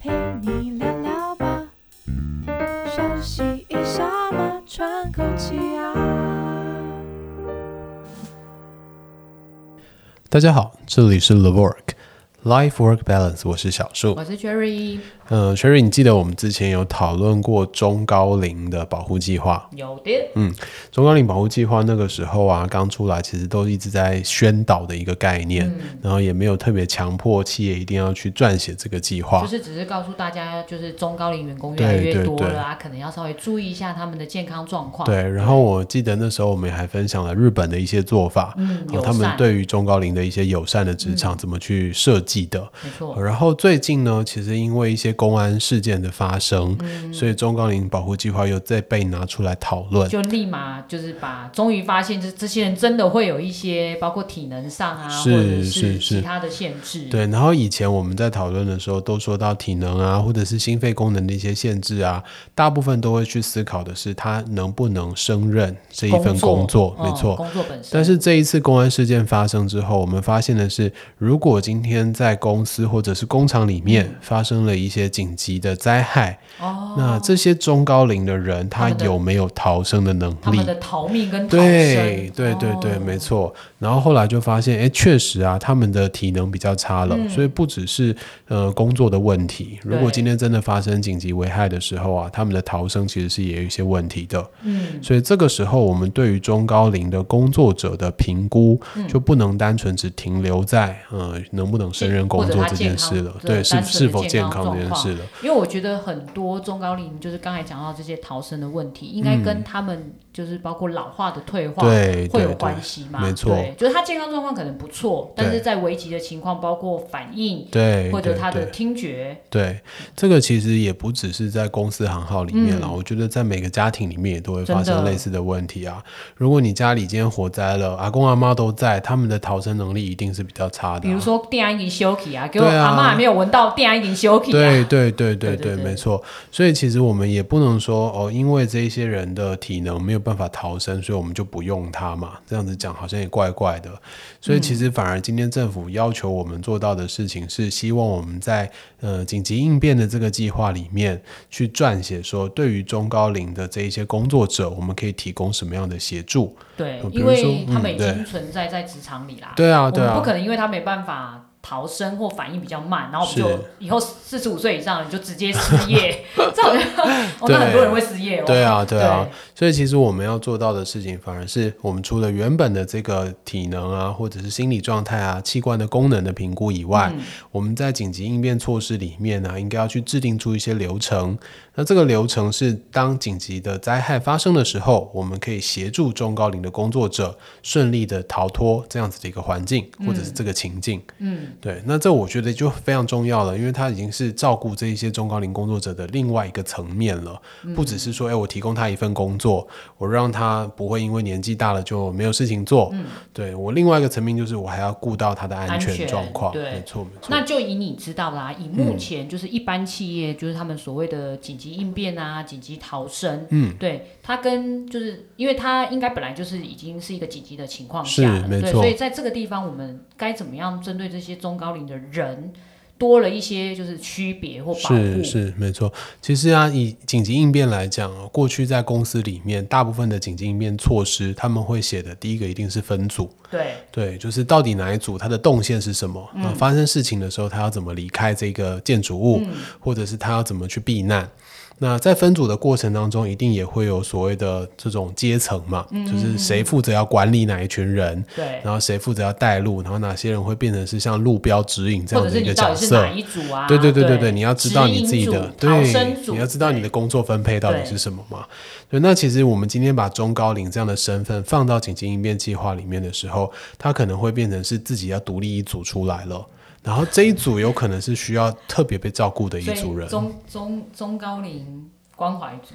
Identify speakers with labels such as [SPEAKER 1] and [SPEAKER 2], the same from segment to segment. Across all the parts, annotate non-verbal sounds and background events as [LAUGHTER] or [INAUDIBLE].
[SPEAKER 1] 陪你聊聊吧，休息一下嘛，喘口气啊。
[SPEAKER 2] 大家好，这里是 The Work Life Work Balance，我是小树
[SPEAKER 3] 我。是 Cherry，
[SPEAKER 2] 嗯、呃、，Sherry，你记得我们之前有讨论过中高龄的保护计划？
[SPEAKER 3] 有的，
[SPEAKER 2] 嗯中高龄保护计划那个时候啊，刚出来，其实都一直在宣导的一个概念，
[SPEAKER 3] 嗯
[SPEAKER 2] 然后也没有特别强迫企业一定要去撰写这个计划。
[SPEAKER 3] 就是只是告诉大家，就是中高龄员工越
[SPEAKER 2] 啊对
[SPEAKER 3] 来越
[SPEAKER 2] 对
[SPEAKER 3] 多
[SPEAKER 2] 对
[SPEAKER 3] 了啊，可能要稍微注意一下他们的健康状况。
[SPEAKER 2] 对，然后我记得那时候我们还分享了日本的一些做法，
[SPEAKER 3] 嗯，
[SPEAKER 2] 哦
[SPEAKER 3] 友
[SPEAKER 2] 他们
[SPEAKER 3] 善，嗯
[SPEAKER 2] 对于中高龄的一些友善的职场怎么去设计的。
[SPEAKER 3] 没错，
[SPEAKER 2] 然后最近呢，其实因为一些公安事件的发生，
[SPEAKER 3] 嗯
[SPEAKER 2] 所以中高龄保护计划又再被拿出来讨论。
[SPEAKER 3] 就立马就是把，终于发现这这些人真的会有一些，包括体能上啊，
[SPEAKER 2] 是
[SPEAKER 3] 或者
[SPEAKER 2] 是是
[SPEAKER 3] 其他的限制。
[SPEAKER 2] 对，然后以前我们在讨论的时候，都说到体能啊，或者是心肺功能的一些限制啊，大部分都会去思考的是他能不能胜任这一份工作，没
[SPEAKER 3] 嗯
[SPEAKER 2] 错。
[SPEAKER 3] 工作本身。
[SPEAKER 2] 但是这一次公安事件发生之后，我们发现的是，如果今天在公司或者是工厂里面
[SPEAKER 3] 嗯
[SPEAKER 2] 发生了一些紧急的灾害，
[SPEAKER 3] 哦
[SPEAKER 2] 那这些中高龄的人他
[SPEAKER 3] 他们的
[SPEAKER 2] 有没有逃生的能
[SPEAKER 3] 他
[SPEAKER 2] 力
[SPEAKER 3] 们？的逃命跟逃生，
[SPEAKER 2] 对对对对，
[SPEAKER 3] 哦
[SPEAKER 2] 没错。然后后来就发现，哎，确实啊，他们的体能比较差了，所以不只是呃工作的问题。如果
[SPEAKER 3] 嗯对
[SPEAKER 2] 今天真的发生紧急危害的时候啊，他们的逃生其实是也有一些问题的。
[SPEAKER 3] 嗯，
[SPEAKER 2] 所以这个时候，我们对于中高龄的工作者的评估，
[SPEAKER 3] 嗯
[SPEAKER 2] 就不能单纯只停留在呃能不能胜任工作这件事了
[SPEAKER 3] 或，者
[SPEAKER 2] 对，
[SPEAKER 3] 他
[SPEAKER 2] 是
[SPEAKER 3] 健康
[SPEAKER 2] 是否
[SPEAKER 3] 对
[SPEAKER 2] 健
[SPEAKER 3] 单纯
[SPEAKER 2] 康这
[SPEAKER 3] 的
[SPEAKER 2] 件
[SPEAKER 3] 健康
[SPEAKER 2] 事了，
[SPEAKER 3] 因为我觉得很多中高龄，就是刚才讲到这些逃生的问题，应该跟他们就是包括老化的退化
[SPEAKER 2] 嗯对
[SPEAKER 3] 会有
[SPEAKER 2] 对对
[SPEAKER 3] 关，系嘛？
[SPEAKER 2] 没错
[SPEAKER 3] 对，就是他健康状况可能不错，
[SPEAKER 2] 对
[SPEAKER 3] 但是在危急的情况，包括反应
[SPEAKER 2] 对，
[SPEAKER 3] 或
[SPEAKER 2] 对
[SPEAKER 3] 者他
[SPEAKER 2] 对
[SPEAKER 3] 的听觉，
[SPEAKER 2] 对，这个其实也不只是在公司行号里面了，我觉得在每个家庭里面也都会发
[SPEAKER 3] 嗯真
[SPEAKER 2] 生
[SPEAKER 3] 的
[SPEAKER 2] 类似的问题啊。如果你家里今天火灾了，阿公阿妈都在，他们的逃生能力一定是比较差的啊、
[SPEAKER 3] 比如说电安仪休息啊，给我
[SPEAKER 2] 对啊
[SPEAKER 3] 阿妈还没有闻到电安仪休 [LAUGHS] 息
[SPEAKER 2] 对
[SPEAKER 3] 啊，
[SPEAKER 2] 对对对
[SPEAKER 3] 对
[SPEAKER 2] 对，
[SPEAKER 3] 对
[SPEAKER 2] 没错。所以其实我们也不能说哦，因为这一些人的体能没有办法逃生，所以我们就不用它嘛。这样子讲好像也怪怪的。所以其
[SPEAKER 3] 嗯
[SPEAKER 2] 实反而今天政府要求我们做到的事情是，希望我们在呃紧急应变的这个计划里面去撰写说，对于中高龄的这一些工作者，我们可以提供什么样的协助？
[SPEAKER 3] 对
[SPEAKER 2] 呃比
[SPEAKER 3] 因
[SPEAKER 2] 如说
[SPEAKER 3] 为他们已
[SPEAKER 2] 嗯对
[SPEAKER 3] 经存在在职场里啦，
[SPEAKER 2] 对啊，
[SPEAKER 3] 我
[SPEAKER 2] 对
[SPEAKER 3] 们
[SPEAKER 2] 啊
[SPEAKER 3] 不，可能因为他没办法。逃生或反应比较慢，然后我们
[SPEAKER 2] 是
[SPEAKER 3] 就以后四十五岁以上你就直接失
[SPEAKER 2] [LAUGHS]
[SPEAKER 3] 业，这 [LAUGHS] 好像哦，那
[SPEAKER 2] 对
[SPEAKER 3] 很多人会失业哦。
[SPEAKER 2] 对啊，对啊
[SPEAKER 3] 对。
[SPEAKER 2] 所以其实我们要做到的事情，反而是我们除了原本的这个体能啊，或者是心理状态啊、器官的功能的评估以外，
[SPEAKER 3] 嗯
[SPEAKER 2] 我们在紧急应变措施里面呢、应该要去制定出一些流程。那这个流程是，当紧急的灾害发生的时候，我们可以协助中高龄的工作者顺利的逃脱这样子的一个环境，或者是这个情境。嗯，对。那这我觉得就非常重要了，因为它已经是照顾这一些中高龄工作者的另外一个层面了，不只是说，哎、我提供他一份工作，我让他不会因为年纪大了就没有事情做。嗯，对我另外一个层面就是，我还要顾到他的安
[SPEAKER 3] 安
[SPEAKER 2] 全
[SPEAKER 3] 全
[SPEAKER 2] 状况。
[SPEAKER 3] 对
[SPEAKER 2] 没错，没错。嗯
[SPEAKER 3] 那就以你知道啦，以目前就是一般企业，就是他们所谓的紧急应变啊、紧急逃生，嗯，对，它跟就是因为它应该本来就是已经是一个紧急的情况下
[SPEAKER 2] 是
[SPEAKER 3] 了，
[SPEAKER 2] 没
[SPEAKER 3] 对，
[SPEAKER 2] 错
[SPEAKER 3] 所以在这个地方，我们该怎么样针对这些中高龄的人，多了一些就是区别或保护，
[SPEAKER 2] 是是没错，其实啊，以紧急应变来讲哦，过去在公司里面，大部分的紧急应变措施，他们会写的第一个一定是分组，
[SPEAKER 3] 对，
[SPEAKER 2] 对，就是到底哪一组它的动线是什
[SPEAKER 3] 嗯
[SPEAKER 2] 么，那、发生事情的时候，他要怎么离开这个建筑物，
[SPEAKER 3] 嗯
[SPEAKER 2] 或者是他要怎么去避难。那在分组的过程当中，一定也会有所谓的这种阶层嘛，
[SPEAKER 3] 嗯
[SPEAKER 2] 就是谁负责要管理哪一群人，
[SPEAKER 3] 对，
[SPEAKER 2] 然后谁负责要带路，然后哪些人会变成是像路标指引这
[SPEAKER 3] 或
[SPEAKER 2] 样
[SPEAKER 3] 者
[SPEAKER 2] 的
[SPEAKER 3] 是
[SPEAKER 2] 一
[SPEAKER 3] 你
[SPEAKER 2] 个
[SPEAKER 3] 到
[SPEAKER 2] 角
[SPEAKER 3] 底是
[SPEAKER 2] 色
[SPEAKER 3] 哪。一组啊？
[SPEAKER 2] 对对对对
[SPEAKER 3] 对
[SPEAKER 2] 对，你要知道你自己的，
[SPEAKER 3] 指引组逃
[SPEAKER 2] 对
[SPEAKER 3] 生，组，
[SPEAKER 2] 你要知道你的
[SPEAKER 3] 对
[SPEAKER 2] 工作分配到底
[SPEAKER 3] 对
[SPEAKER 2] 是什么嘛。对，那其实我们今天把中高龄这样的身份放到紧急应变计划里面的时候，他可能会变成是自己要独立一组出来了，然后这一组有可能是需要特别被照顾的一
[SPEAKER 3] 所以
[SPEAKER 2] 组人，
[SPEAKER 3] 中中中高龄关怀组，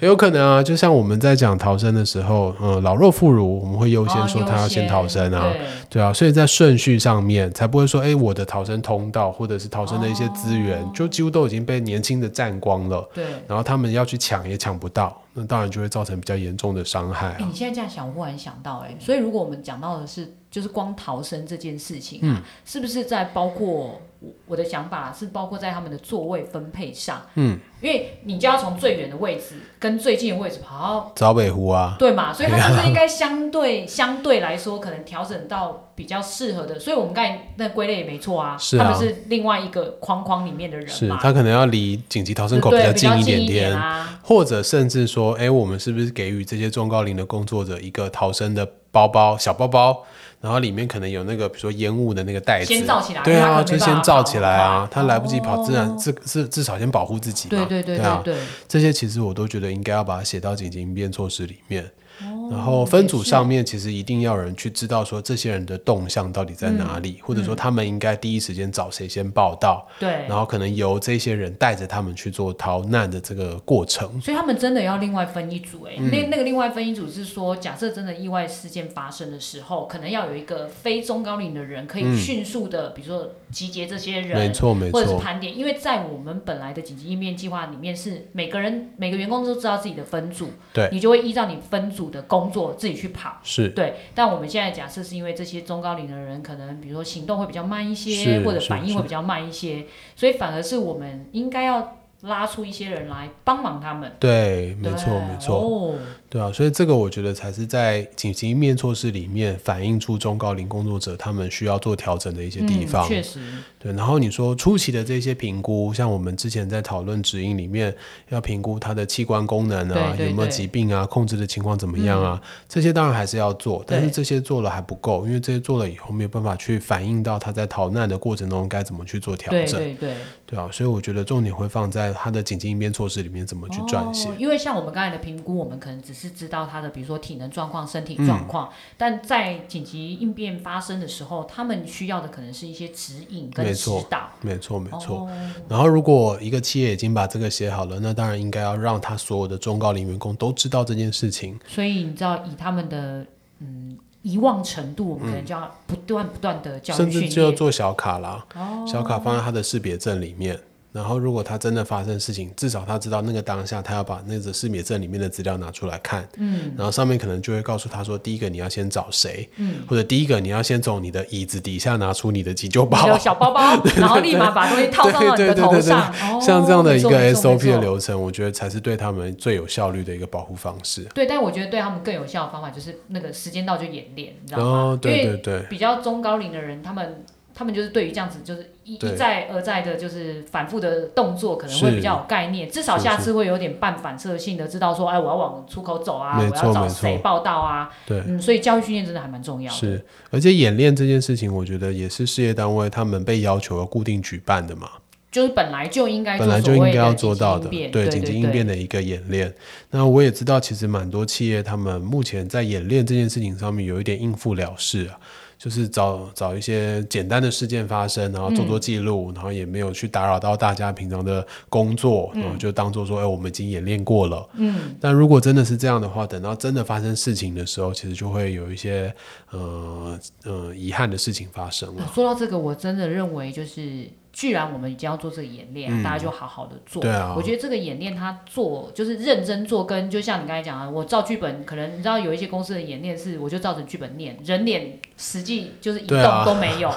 [SPEAKER 2] 有可能啊，就像我们在讲逃生的时候，嗯，老弱妇孺，我们会优先
[SPEAKER 3] 哦
[SPEAKER 2] 说他要先逃生啊。，
[SPEAKER 3] 优先对
[SPEAKER 2] 对啊，所以在顺序上面才不会说，哎，我的逃生通道或者是逃生的一
[SPEAKER 3] 哦
[SPEAKER 2] 些资源，就几乎都已经被年轻的占光了。
[SPEAKER 3] 对，
[SPEAKER 2] 然后他们要去抢也抢不到，那当然就会造成比较严重的伤害
[SPEAKER 3] 哎，
[SPEAKER 2] 啊。
[SPEAKER 3] 你现在这样想，我忽然想到、
[SPEAKER 2] 嗯
[SPEAKER 3] 哎，所以如果我们讲到的是，就是光逃生这件事情
[SPEAKER 2] 嗯
[SPEAKER 3] 啊，是不是在包括我我的想法是包括在他们的座位分配上？
[SPEAKER 2] 嗯，
[SPEAKER 3] 因为你就要从最远的位置跟最近的位置跑
[SPEAKER 2] 早北湖啊
[SPEAKER 3] 到，，
[SPEAKER 2] [LAUGHS]
[SPEAKER 3] 对嘛？所以它是不是应该相对相对来说，可能调整到比较适合的？所以我们刚才那归类也没错啊，
[SPEAKER 2] 是啊
[SPEAKER 3] 他们是另外一个框框里面的人
[SPEAKER 2] 是
[SPEAKER 3] 嘛，
[SPEAKER 2] 他可能要离紧急逃生
[SPEAKER 3] 对
[SPEAKER 2] 口
[SPEAKER 3] 不对
[SPEAKER 2] 较
[SPEAKER 3] 比较
[SPEAKER 2] 近一
[SPEAKER 3] 近
[SPEAKER 2] 点
[SPEAKER 3] 一
[SPEAKER 2] 点，
[SPEAKER 3] 啊。
[SPEAKER 2] 或者甚至说，哎，我们是不是给予这些中高龄的工作者一个逃生的包包、小包包，然后里面可能有那个比如说烟雾的那个袋子，
[SPEAKER 3] 先罩起来
[SPEAKER 2] 对
[SPEAKER 3] 因为
[SPEAKER 2] 啊，
[SPEAKER 3] 他可能
[SPEAKER 2] 就
[SPEAKER 3] 没办
[SPEAKER 2] 先
[SPEAKER 3] 法
[SPEAKER 2] 罩
[SPEAKER 3] 跑
[SPEAKER 2] 起
[SPEAKER 3] 很
[SPEAKER 2] 来啊
[SPEAKER 3] 快，
[SPEAKER 2] 他来不及跑，自然
[SPEAKER 3] 哦
[SPEAKER 2] 至至至少先保护自己嘛，
[SPEAKER 3] 对对对
[SPEAKER 2] 对啊
[SPEAKER 3] 对对，
[SPEAKER 2] 这些其实我都觉得应该要把它写到紧急应变措施里面。
[SPEAKER 3] 哦
[SPEAKER 2] 然后分组上面其实一定要有人去知道说这些人的动向到底在哪里，
[SPEAKER 3] 嗯
[SPEAKER 2] 或者说他们应该第一时间找谁先报道，
[SPEAKER 3] 对
[SPEAKER 2] 然后可能由这些人带着他们去做逃难的这个过程。
[SPEAKER 3] 所以他们真的要另外分一组哎、
[SPEAKER 2] 嗯
[SPEAKER 3] 那那个另外分一组是说，假设真的意外事件发生的时候，可能要有一个非中高龄的人可以迅速的，比如说集结这些
[SPEAKER 2] 嗯没
[SPEAKER 3] 人，
[SPEAKER 2] 错，没
[SPEAKER 3] 或者是
[SPEAKER 2] 错，
[SPEAKER 3] 盘点，因为在我们本来的紧急应变计划里面是每个人每个员工都知道自己的分组，
[SPEAKER 2] 对
[SPEAKER 3] 你就会依照你分组的工作自己去跑。
[SPEAKER 2] 是
[SPEAKER 3] 对，但我们现在假设是因为这些中高龄的人，可能比如说行动会比较慢一些
[SPEAKER 2] 是，
[SPEAKER 3] 或者
[SPEAKER 2] 是
[SPEAKER 3] 反应
[SPEAKER 2] 是
[SPEAKER 3] 会比较慢一些，所以反而是我们应该要拉出一些人来帮忙他们。
[SPEAKER 2] 对，没
[SPEAKER 3] 对
[SPEAKER 2] 错，没错，
[SPEAKER 3] 哦，
[SPEAKER 2] 对啊，所以这个我觉得才是在紧急应变措施里面反映出中高龄工作者他们需要做调整的一些地
[SPEAKER 3] 嗯
[SPEAKER 2] 方。
[SPEAKER 3] 确实，
[SPEAKER 2] 对，然后你说初期的这些评估，像我们之前在讨论指引里面，要评估它的器官功能啊，
[SPEAKER 3] 对对
[SPEAKER 2] 有没有
[SPEAKER 3] 对嗯
[SPEAKER 2] 疾病啊，控制的情况怎么样啊，这些当然还是要做，但是
[SPEAKER 3] 对
[SPEAKER 2] 这些做了还不够，因为这些做了以后没有办法去反映到他在逃难的过程中该怎么去做调
[SPEAKER 3] 对
[SPEAKER 2] 整，
[SPEAKER 3] 对对，
[SPEAKER 2] 对啊，所以我觉得重点会放在他的紧急应变措施里面怎么去撰写，
[SPEAKER 3] 哦。因为像我们刚才的评估，我们可能只是知道他的比如说体能状况、身体
[SPEAKER 2] 嗯
[SPEAKER 3] 状况，但在紧急应变发生的时候，他们需要的可能是一些指引
[SPEAKER 2] 没
[SPEAKER 3] 跟指
[SPEAKER 2] 错
[SPEAKER 3] 导。
[SPEAKER 2] 没错没错。
[SPEAKER 3] 哦
[SPEAKER 2] 然后，如果一个企业已经把这个写好了，那当然应该要让他所有的中高龄员工都知道这件事情。
[SPEAKER 3] 所以你知道，以他们的嗯遗忘程度，我们可能就要不断不断的教
[SPEAKER 2] 嗯甚
[SPEAKER 3] 育
[SPEAKER 2] 至
[SPEAKER 3] 训
[SPEAKER 2] 就要
[SPEAKER 3] 练。哦
[SPEAKER 2] 做小卡啦，小卡放在他的识别证里面。然后，如果他真的发生事情，至少他知道那个当下，他要把那个识别证里面的资料拿出来看。嗯，然后上面可能就会告诉他说，第一个你要先找谁，嗯，或者第一个你要先从你的椅子底下拿出你的急救
[SPEAKER 3] 你
[SPEAKER 2] 包
[SPEAKER 3] 的。小包
[SPEAKER 2] [LAUGHS]
[SPEAKER 3] 包，然后立马把东西套上到你
[SPEAKER 2] 对对
[SPEAKER 3] 的
[SPEAKER 2] 对对
[SPEAKER 3] 头
[SPEAKER 2] 对
[SPEAKER 3] 上。哦，
[SPEAKER 2] 像这样的一
[SPEAKER 3] 没
[SPEAKER 2] 个
[SPEAKER 3] 错没错
[SPEAKER 2] SOP 的
[SPEAKER 3] 没错
[SPEAKER 2] 流程，我觉得才是对他们最有效率的一个保护方式。
[SPEAKER 3] 对，但我觉得对他们更有效的方法就是那个时间到就演练，你知道吗？
[SPEAKER 2] 哦，对
[SPEAKER 3] 因
[SPEAKER 2] 对
[SPEAKER 3] 为
[SPEAKER 2] 对，
[SPEAKER 3] 比较中高龄的人，他们他们就是对于这样子，就是一
[SPEAKER 2] 对
[SPEAKER 3] 一再而再的，就是反复的动作，可能会
[SPEAKER 2] 是
[SPEAKER 3] 比较有概念，至少
[SPEAKER 2] 是
[SPEAKER 3] 下次会有点半反射性的知道说，哎，我要往出口走啊，
[SPEAKER 2] 没
[SPEAKER 3] 我
[SPEAKER 2] 错
[SPEAKER 3] 要找
[SPEAKER 2] 没
[SPEAKER 3] 谁
[SPEAKER 2] 错
[SPEAKER 3] 报道啊，
[SPEAKER 2] 对。
[SPEAKER 3] 嗯，所以教育训练真的还蛮重要的。
[SPEAKER 2] 是，而且演练这件事情，我觉得也是事业单位他们被要求要固定举办的嘛，
[SPEAKER 3] 就是本来就应该
[SPEAKER 2] 本来
[SPEAKER 3] 做
[SPEAKER 2] 就
[SPEAKER 3] 所
[SPEAKER 2] 应
[SPEAKER 3] 谓
[SPEAKER 2] 该要
[SPEAKER 3] 的
[SPEAKER 2] 做到的
[SPEAKER 3] 紧急应，变
[SPEAKER 2] 对
[SPEAKER 3] 对
[SPEAKER 2] 紧急
[SPEAKER 3] 对
[SPEAKER 2] 应
[SPEAKER 3] 对
[SPEAKER 2] 变的一个演练。那我也知道，其实蛮多企业他们目前在演练这件事情上面有一点应付了事啊，就是找找一些简单的事件发生，然后做做
[SPEAKER 3] 嗯
[SPEAKER 2] 记录，然后也没有去打扰到大家平常的工作，然后就当做说，哎、我们已经演练过了。
[SPEAKER 3] 嗯，
[SPEAKER 2] 但如果真的是这样的话，等到真的发生事情的时候，其实就会有一些呃呃遗憾的事情发生了。
[SPEAKER 3] 说到这个，我真的认为就是，既然我们已经要做这个演练，大家就好好的做。
[SPEAKER 2] 嗯对啊
[SPEAKER 3] 我觉得这个演练它做就是认真做，跟就像你刚才讲啊，我照剧本，可能你知道有一些公司的演练是我就照着剧本念，人脸实际就是移
[SPEAKER 2] 对啊
[SPEAKER 3] 动都没有。 [LAUGHS]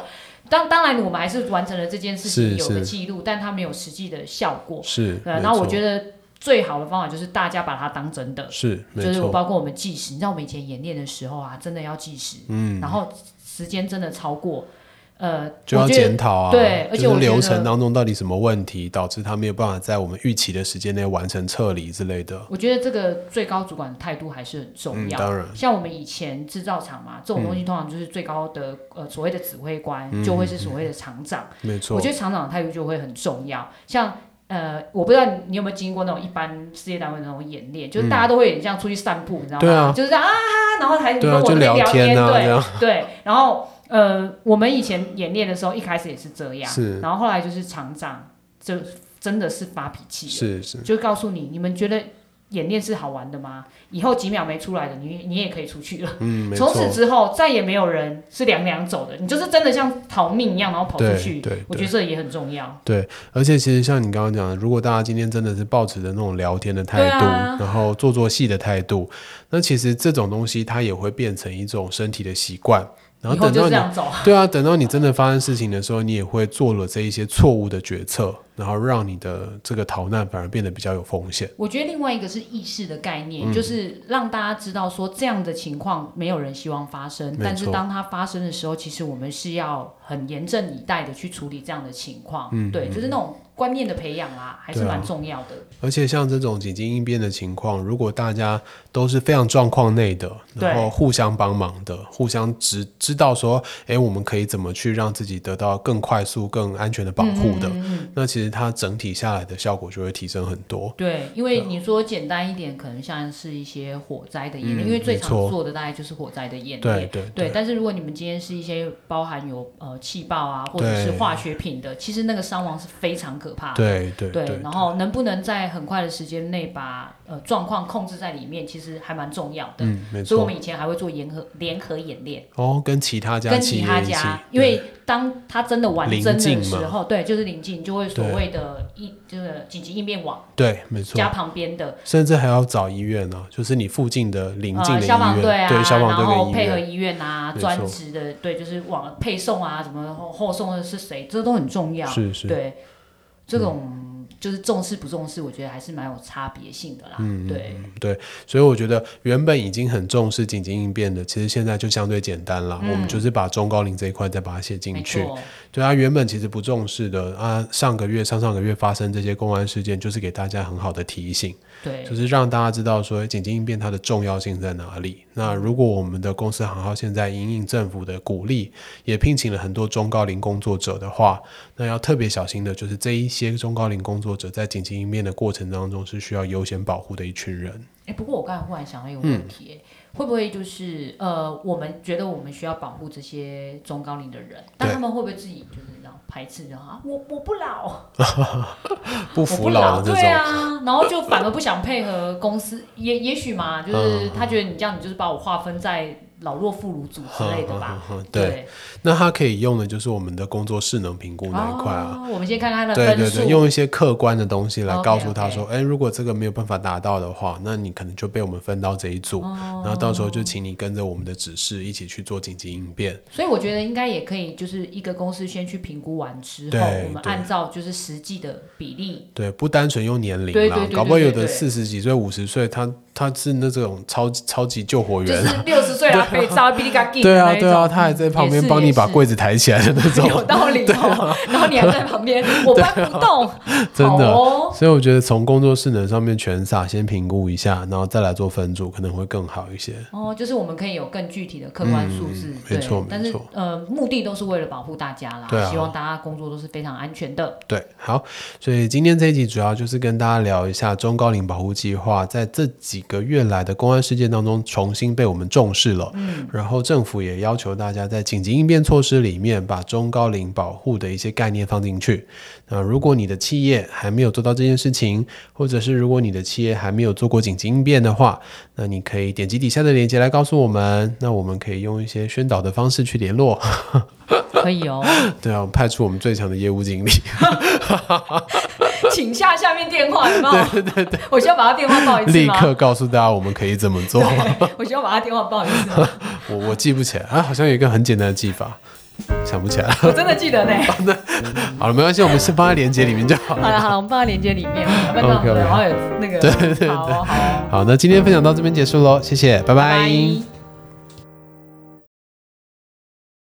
[SPEAKER 3] 当当然，我们还是完成了这件事
[SPEAKER 2] 是
[SPEAKER 3] 情，有
[SPEAKER 2] 是
[SPEAKER 3] 个记录，但它没有实际的效果。
[SPEAKER 2] 是，
[SPEAKER 3] 对啊，然后我
[SPEAKER 2] 得
[SPEAKER 3] 觉得最好的方法就是大家把它当真的，
[SPEAKER 2] 是没
[SPEAKER 3] 就是
[SPEAKER 2] 错，
[SPEAKER 3] 包括我们计时，你知道我们以前演练的时候啊，真的要计时，
[SPEAKER 2] 嗯
[SPEAKER 3] 然后时间真的超过，呃，
[SPEAKER 2] 就要
[SPEAKER 3] 我觉
[SPEAKER 2] 检
[SPEAKER 3] 得
[SPEAKER 2] 讨啊，
[SPEAKER 3] 对而
[SPEAKER 2] 就
[SPEAKER 3] 且
[SPEAKER 2] 是
[SPEAKER 3] 我觉
[SPEAKER 2] 流
[SPEAKER 3] 得
[SPEAKER 2] 程当中到底什么问题导致他没有办法在我们预期的时间内完成撤离之类的。
[SPEAKER 3] 我觉得这个最高主管的态度还是很重
[SPEAKER 2] 嗯，
[SPEAKER 3] 要。
[SPEAKER 2] 当然，
[SPEAKER 3] 像我们以前制造厂嘛，这种东西通常就是最高的、呃所谓的指挥官，
[SPEAKER 2] 嗯
[SPEAKER 3] 就会是所谓的厂长。
[SPEAKER 2] 没
[SPEAKER 3] 我
[SPEAKER 2] 错
[SPEAKER 3] 觉，得厂长的态度就会很重要。像呃，我不知道你你有没有经过那种一般事业单位的那种演练，就是大家都会很像出去散步，你知道
[SPEAKER 2] 嗯
[SPEAKER 3] 吗？
[SPEAKER 2] 对啊
[SPEAKER 3] 就是这样啊，然后还你
[SPEAKER 2] 对
[SPEAKER 3] 跟
[SPEAKER 2] 啊，
[SPEAKER 3] 我
[SPEAKER 2] 就
[SPEAKER 3] 这边
[SPEAKER 2] 天
[SPEAKER 3] 天，
[SPEAKER 2] 啊，这 [LAUGHS]
[SPEAKER 3] 对
[SPEAKER 2] 样
[SPEAKER 3] 对。然后呃，我们以前演练的时候，一开始也是这样，
[SPEAKER 2] 是
[SPEAKER 3] 然后后来就是厂长就真的是发脾气了，
[SPEAKER 2] 是是，
[SPEAKER 3] 就告诉你，你们觉得演练是好玩的吗？以后几秒没出来的，你你也可以出去了。
[SPEAKER 2] 嗯，没错
[SPEAKER 3] 从此之后，再也没有人是两两走的，你就是真的像逃命一样，然后跑出
[SPEAKER 2] 对
[SPEAKER 3] 去。
[SPEAKER 2] 对
[SPEAKER 3] 我
[SPEAKER 2] 对
[SPEAKER 3] 觉得这也很重要。
[SPEAKER 2] 而且其实像你刚刚讲的，如果大家今天真的是抱持着那种聊天的态度，
[SPEAKER 3] 对啊
[SPEAKER 2] 然后做做戏的态度，那其实这种东西它也会变成一种身体的习惯。然
[SPEAKER 3] 以
[SPEAKER 2] 后
[SPEAKER 3] 后
[SPEAKER 2] 等
[SPEAKER 3] 就
[SPEAKER 2] 到
[SPEAKER 3] 这
[SPEAKER 2] 你
[SPEAKER 3] 样走。
[SPEAKER 2] 对啊，等到你真的发生事情的时候，你也会做了这一些错误的决策，然后让你的这个逃难反而变得比较有风险。
[SPEAKER 3] 我觉得另外一个是意识的概念，
[SPEAKER 2] 嗯
[SPEAKER 3] 就是让大家知道说这样的情况没有人希望发生
[SPEAKER 2] 没，
[SPEAKER 3] 但是
[SPEAKER 2] 错
[SPEAKER 3] 当它发生的时候，其实我们是要很严阵以待的去处理这样的情况。对，就是那种观念的培养啊，还
[SPEAKER 2] 嗯
[SPEAKER 3] 是
[SPEAKER 2] 对啊
[SPEAKER 3] 蛮重要的。
[SPEAKER 2] 而且像这种紧急应变的情况，如果大家都是非常状况内的，
[SPEAKER 3] 对
[SPEAKER 2] 然后互相帮忙的，互相知知道说，诶，我们可以怎么去让自己得到更快速、更安全的保护
[SPEAKER 3] 嗯
[SPEAKER 2] 的，那其实它整体下来的效果就会提升很多。
[SPEAKER 3] 对，因
[SPEAKER 2] 啊
[SPEAKER 3] 为你说简单一点，可能像是一些火灾的演
[SPEAKER 2] 嗯
[SPEAKER 3] 练，因为最常
[SPEAKER 2] 没错
[SPEAKER 3] 做的大概就是火灾的演练。
[SPEAKER 2] 对对
[SPEAKER 3] 对，但是如果你们今天是一些包含有呃气爆啊，或者
[SPEAKER 2] 对
[SPEAKER 3] 是化学品的，其实那个伤亡是非常可怕的。
[SPEAKER 2] 对对
[SPEAKER 3] 对
[SPEAKER 2] 对
[SPEAKER 3] 然后能不能在很快的时间内把呃状况控制在里面，其实还蛮重要的。
[SPEAKER 2] 嗯，没
[SPEAKER 3] 所以
[SPEAKER 2] 错
[SPEAKER 3] 我们。以前还会做联合联合演练，
[SPEAKER 2] 哦，跟其他家
[SPEAKER 3] 跟
[SPEAKER 2] 企
[SPEAKER 3] 其
[SPEAKER 2] 业
[SPEAKER 3] 他
[SPEAKER 2] 一起
[SPEAKER 3] 家，，因
[SPEAKER 2] 对
[SPEAKER 3] 为当他真的玩
[SPEAKER 2] 临
[SPEAKER 3] 真
[SPEAKER 2] 近
[SPEAKER 3] 的时
[SPEAKER 2] 嘛
[SPEAKER 3] 候，对，就是临近就会所
[SPEAKER 2] 对
[SPEAKER 3] 谓的一就是紧急应变网
[SPEAKER 2] 对没错，
[SPEAKER 3] 加旁边的
[SPEAKER 2] 甚至还要找医院呢、就是你附近的邻近
[SPEAKER 3] 呃
[SPEAKER 2] 的医
[SPEAKER 3] 消防队
[SPEAKER 2] 院，
[SPEAKER 3] 啊，
[SPEAKER 2] 对消防
[SPEAKER 3] 然
[SPEAKER 2] 队
[SPEAKER 3] 后
[SPEAKER 2] 跟医
[SPEAKER 3] 配合
[SPEAKER 2] 院，
[SPEAKER 3] 医院啊
[SPEAKER 2] 没，错
[SPEAKER 3] 专职的对，就是往配送啊，什么后后送的是谁，这都很重要。
[SPEAKER 2] 是嗯是，
[SPEAKER 3] 对，这种就是重视不重视，我觉得还是蛮有差别性的啦。
[SPEAKER 2] 嗯
[SPEAKER 3] 对，
[SPEAKER 2] 所以我觉得原本已经很重视紧急应变的，其实现在就相对简单了。
[SPEAKER 3] 嗯
[SPEAKER 2] 我们就是把中高龄这一块再把它写进
[SPEAKER 3] 没
[SPEAKER 2] 去。
[SPEAKER 3] 错。
[SPEAKER 2] 对啊，原本其实不重视的啊，上个月、上上个月发生这些公安事件，就是给大家很好的提醒，
[SPEAKER 3] 对
[SPEAKER 2] 就，是让大家知道说紧急应变它的重要性在哪里。那如果我们的公司行号现在因应政府的鼓励，也聘请了很多中高龄工作者的话，那要特别小心的就是这一些中高龄工作者在紧急应变的过程当中是需要优先保护的一群人。
[SPEAKER 3] 哎、不过我刚才忽然想到
[SPEAKER 2] 嗯
[SPEAKER 3] 一个问题、诶会不会就是呃，我们觉得我们需要保护这些中高龄的人，但
[SPEAKER 2] 对
[SPEAKER 3] 他们会不会自己就是这样排斥，然后啊，我我不老，
[SPEAKER 2] 不
[SPEAKER 3] 我
[SPEAKER 2] 服
[SPEAKER 3] 不
[SPEAKER 2] 老
[SPEAKER 3] 老，
[SPEAKER 2] 的这
[SPEAKER 3] 对
[SPEAKER 2] 种，
[SPEAKER 3] 啊，然后就反而不想配合公司，也也许嘛，
[SPEAKER 2] 嗯
[SPEAKER 3] 就是他觉得你这样，你就是把我划分在老弱妇孺组
[SPEAKER 2] 嗯
[SPEAKER 3] 之类的吧。
[SPEAKER 2] 哼哼哼对，那它可以用的就是我们的工作势能评估那一块啊。
[SPEAKER 3] 哦，我们先看看他的
[SPEAKER 2] 对
[SPEAKER 3] 分
[SPEAKER 2] 对
[SPEAKER 3] 数，
[SPEAKER 2] 对，用一些客观的东西来
[SPEAKER 3] OK，
[SPEAKER 2] 告诉他
[SPEAKER 3] OK
[SPEAKER 2] 说，哎如果这个没有办法达到的话，那你可能就被我们分到这一组，
[SPEAKER 3] 哦
[SPEAKER 2] 然后到时候就请你跟着我们的指示一起去做紧急应变。
[SPEAKER 3] 所以我觉得应该也可以，就是一个公司先去评估完之后，
[SPEAKER 2] 对
[SPEAKER 3] 我们
[SPEAKER 2] 对
[SPEAKER 3] 按照就是实际的比例，
[SPEAKER 2] 对，不单纯用年龄啦，
[SPEAKER 3] 对对对
[SPEAKER 2] 搞不好
[SPEAKER 3] 对
[SPEAKER 2] 有
[SPEAKER 3] 对
[SPEAKER 2] 的
[SPEAKER 3] 对
[SPEAKER 2] 四十几岁、五十岁，他他是那种超超级救火
[SPEAKER 3] 就
[SPEAKER 2] 员。
[SPEAKER 3] 是六十岁啊，可以照哔哩嘎
[SPEAKER 2] [LAUGHS]
[SPEAKER 3] 叽
[SPEAKER 2] 对
[SPEAKER 3] 那
[SPEAKER 2] 啊，
[SPEAKER 3] 一
[SPEAKER 2] 对啊，
[SPEAKER 3] 种
[SPEAKER 2] 他还在旁边
[SPEAKER 3] 也是
[SPEAKER 2] 帮你把
[SPEAKER 3] 也是
[SPEAKER 2] 柜子抬起来的那种，啊
[SPEAKER 3] 有道理哦。然后你还在旁边，我搬不动，
[SPEAKER 2] [LAUGHS] 真的
[SPEAKER 3] 好哦。
[SPEAKER 2] 所以我觉得从工作势能上面全撒，先评估一下，然后再来做分组，可能会更好一些。
[SPEAKER 3] 哦，就是我们可以有更具体的客观数字，
[SPEAKER 2] 嗯没
[SPEAKER 3] 对
[SPEAKER 2] 错没
[SPEAKER 3] 但是
[SPEAKER 2] 错
[SPEAKER 3] 呃，目的都是为了保护大家啦，
[SPEAKER 2] 对啊
[SPEAKER 3] 希望大家工作都是非常安全的。
[SPEAKER 2] 对，好，所以今天这一集主要就是跟大家聊一下中高龄保护计划在这几个月来的公安事件当中重新被我们重视了。嗯，然后政府也要求大家在紧急应变措施里面把中高龄保护的一些概念放进去。那如果你的企业还没有做到这件事情，或者是如果你的企业还没有做过紧急应变的话，那你可以点击底下的链接来告诉我们，那我们可以用一些宣导的方式去联络。 [LAUGHS]
[SPEAKER 3] 可以哦， [LAUGHS]
[SPEAKER 2] 对啊，派出我们最强的业务经理。
[SPEAKER 3] 请下下面电话，有没
[SPEAKER 2] [LAUGHS]
[SPEAKER 3] 有？对对对，我需要把他电话报一次
[SPEAKER 2] 立
[SPEAKER 3] 吗？
[SPEAKER 2] 刻告诉大家我们可以怎么做。
[SPEAKER 3] [LAUGHS]
[SPEAKER 2] [LAUGHS]
[SPEAKER 3] 我需要把他电话报一次吗，
[SPEAKER 2] 我我记不起来啊，好像有一个很简单的记法，想不起来。
[SPEAKER 3] 我真的记得呢。
[SPEAKER 2] [LAUGHS] 好了，没关系，我们先放在连接里面就好
[SPEAKER 3] 好
[SPEAKER 2] 了。
[SPEAKER 3] 了好了，我们放在链接里面，不然这样
[SPEAKER 2] OK，OK
[SPEAKER 3] 然后有那个，对对对，好哦好哦，
[SPEAKER 2] 好，那今天分享到这边结束喽，谢谢，拜
[SPEAKER 3] 拜拜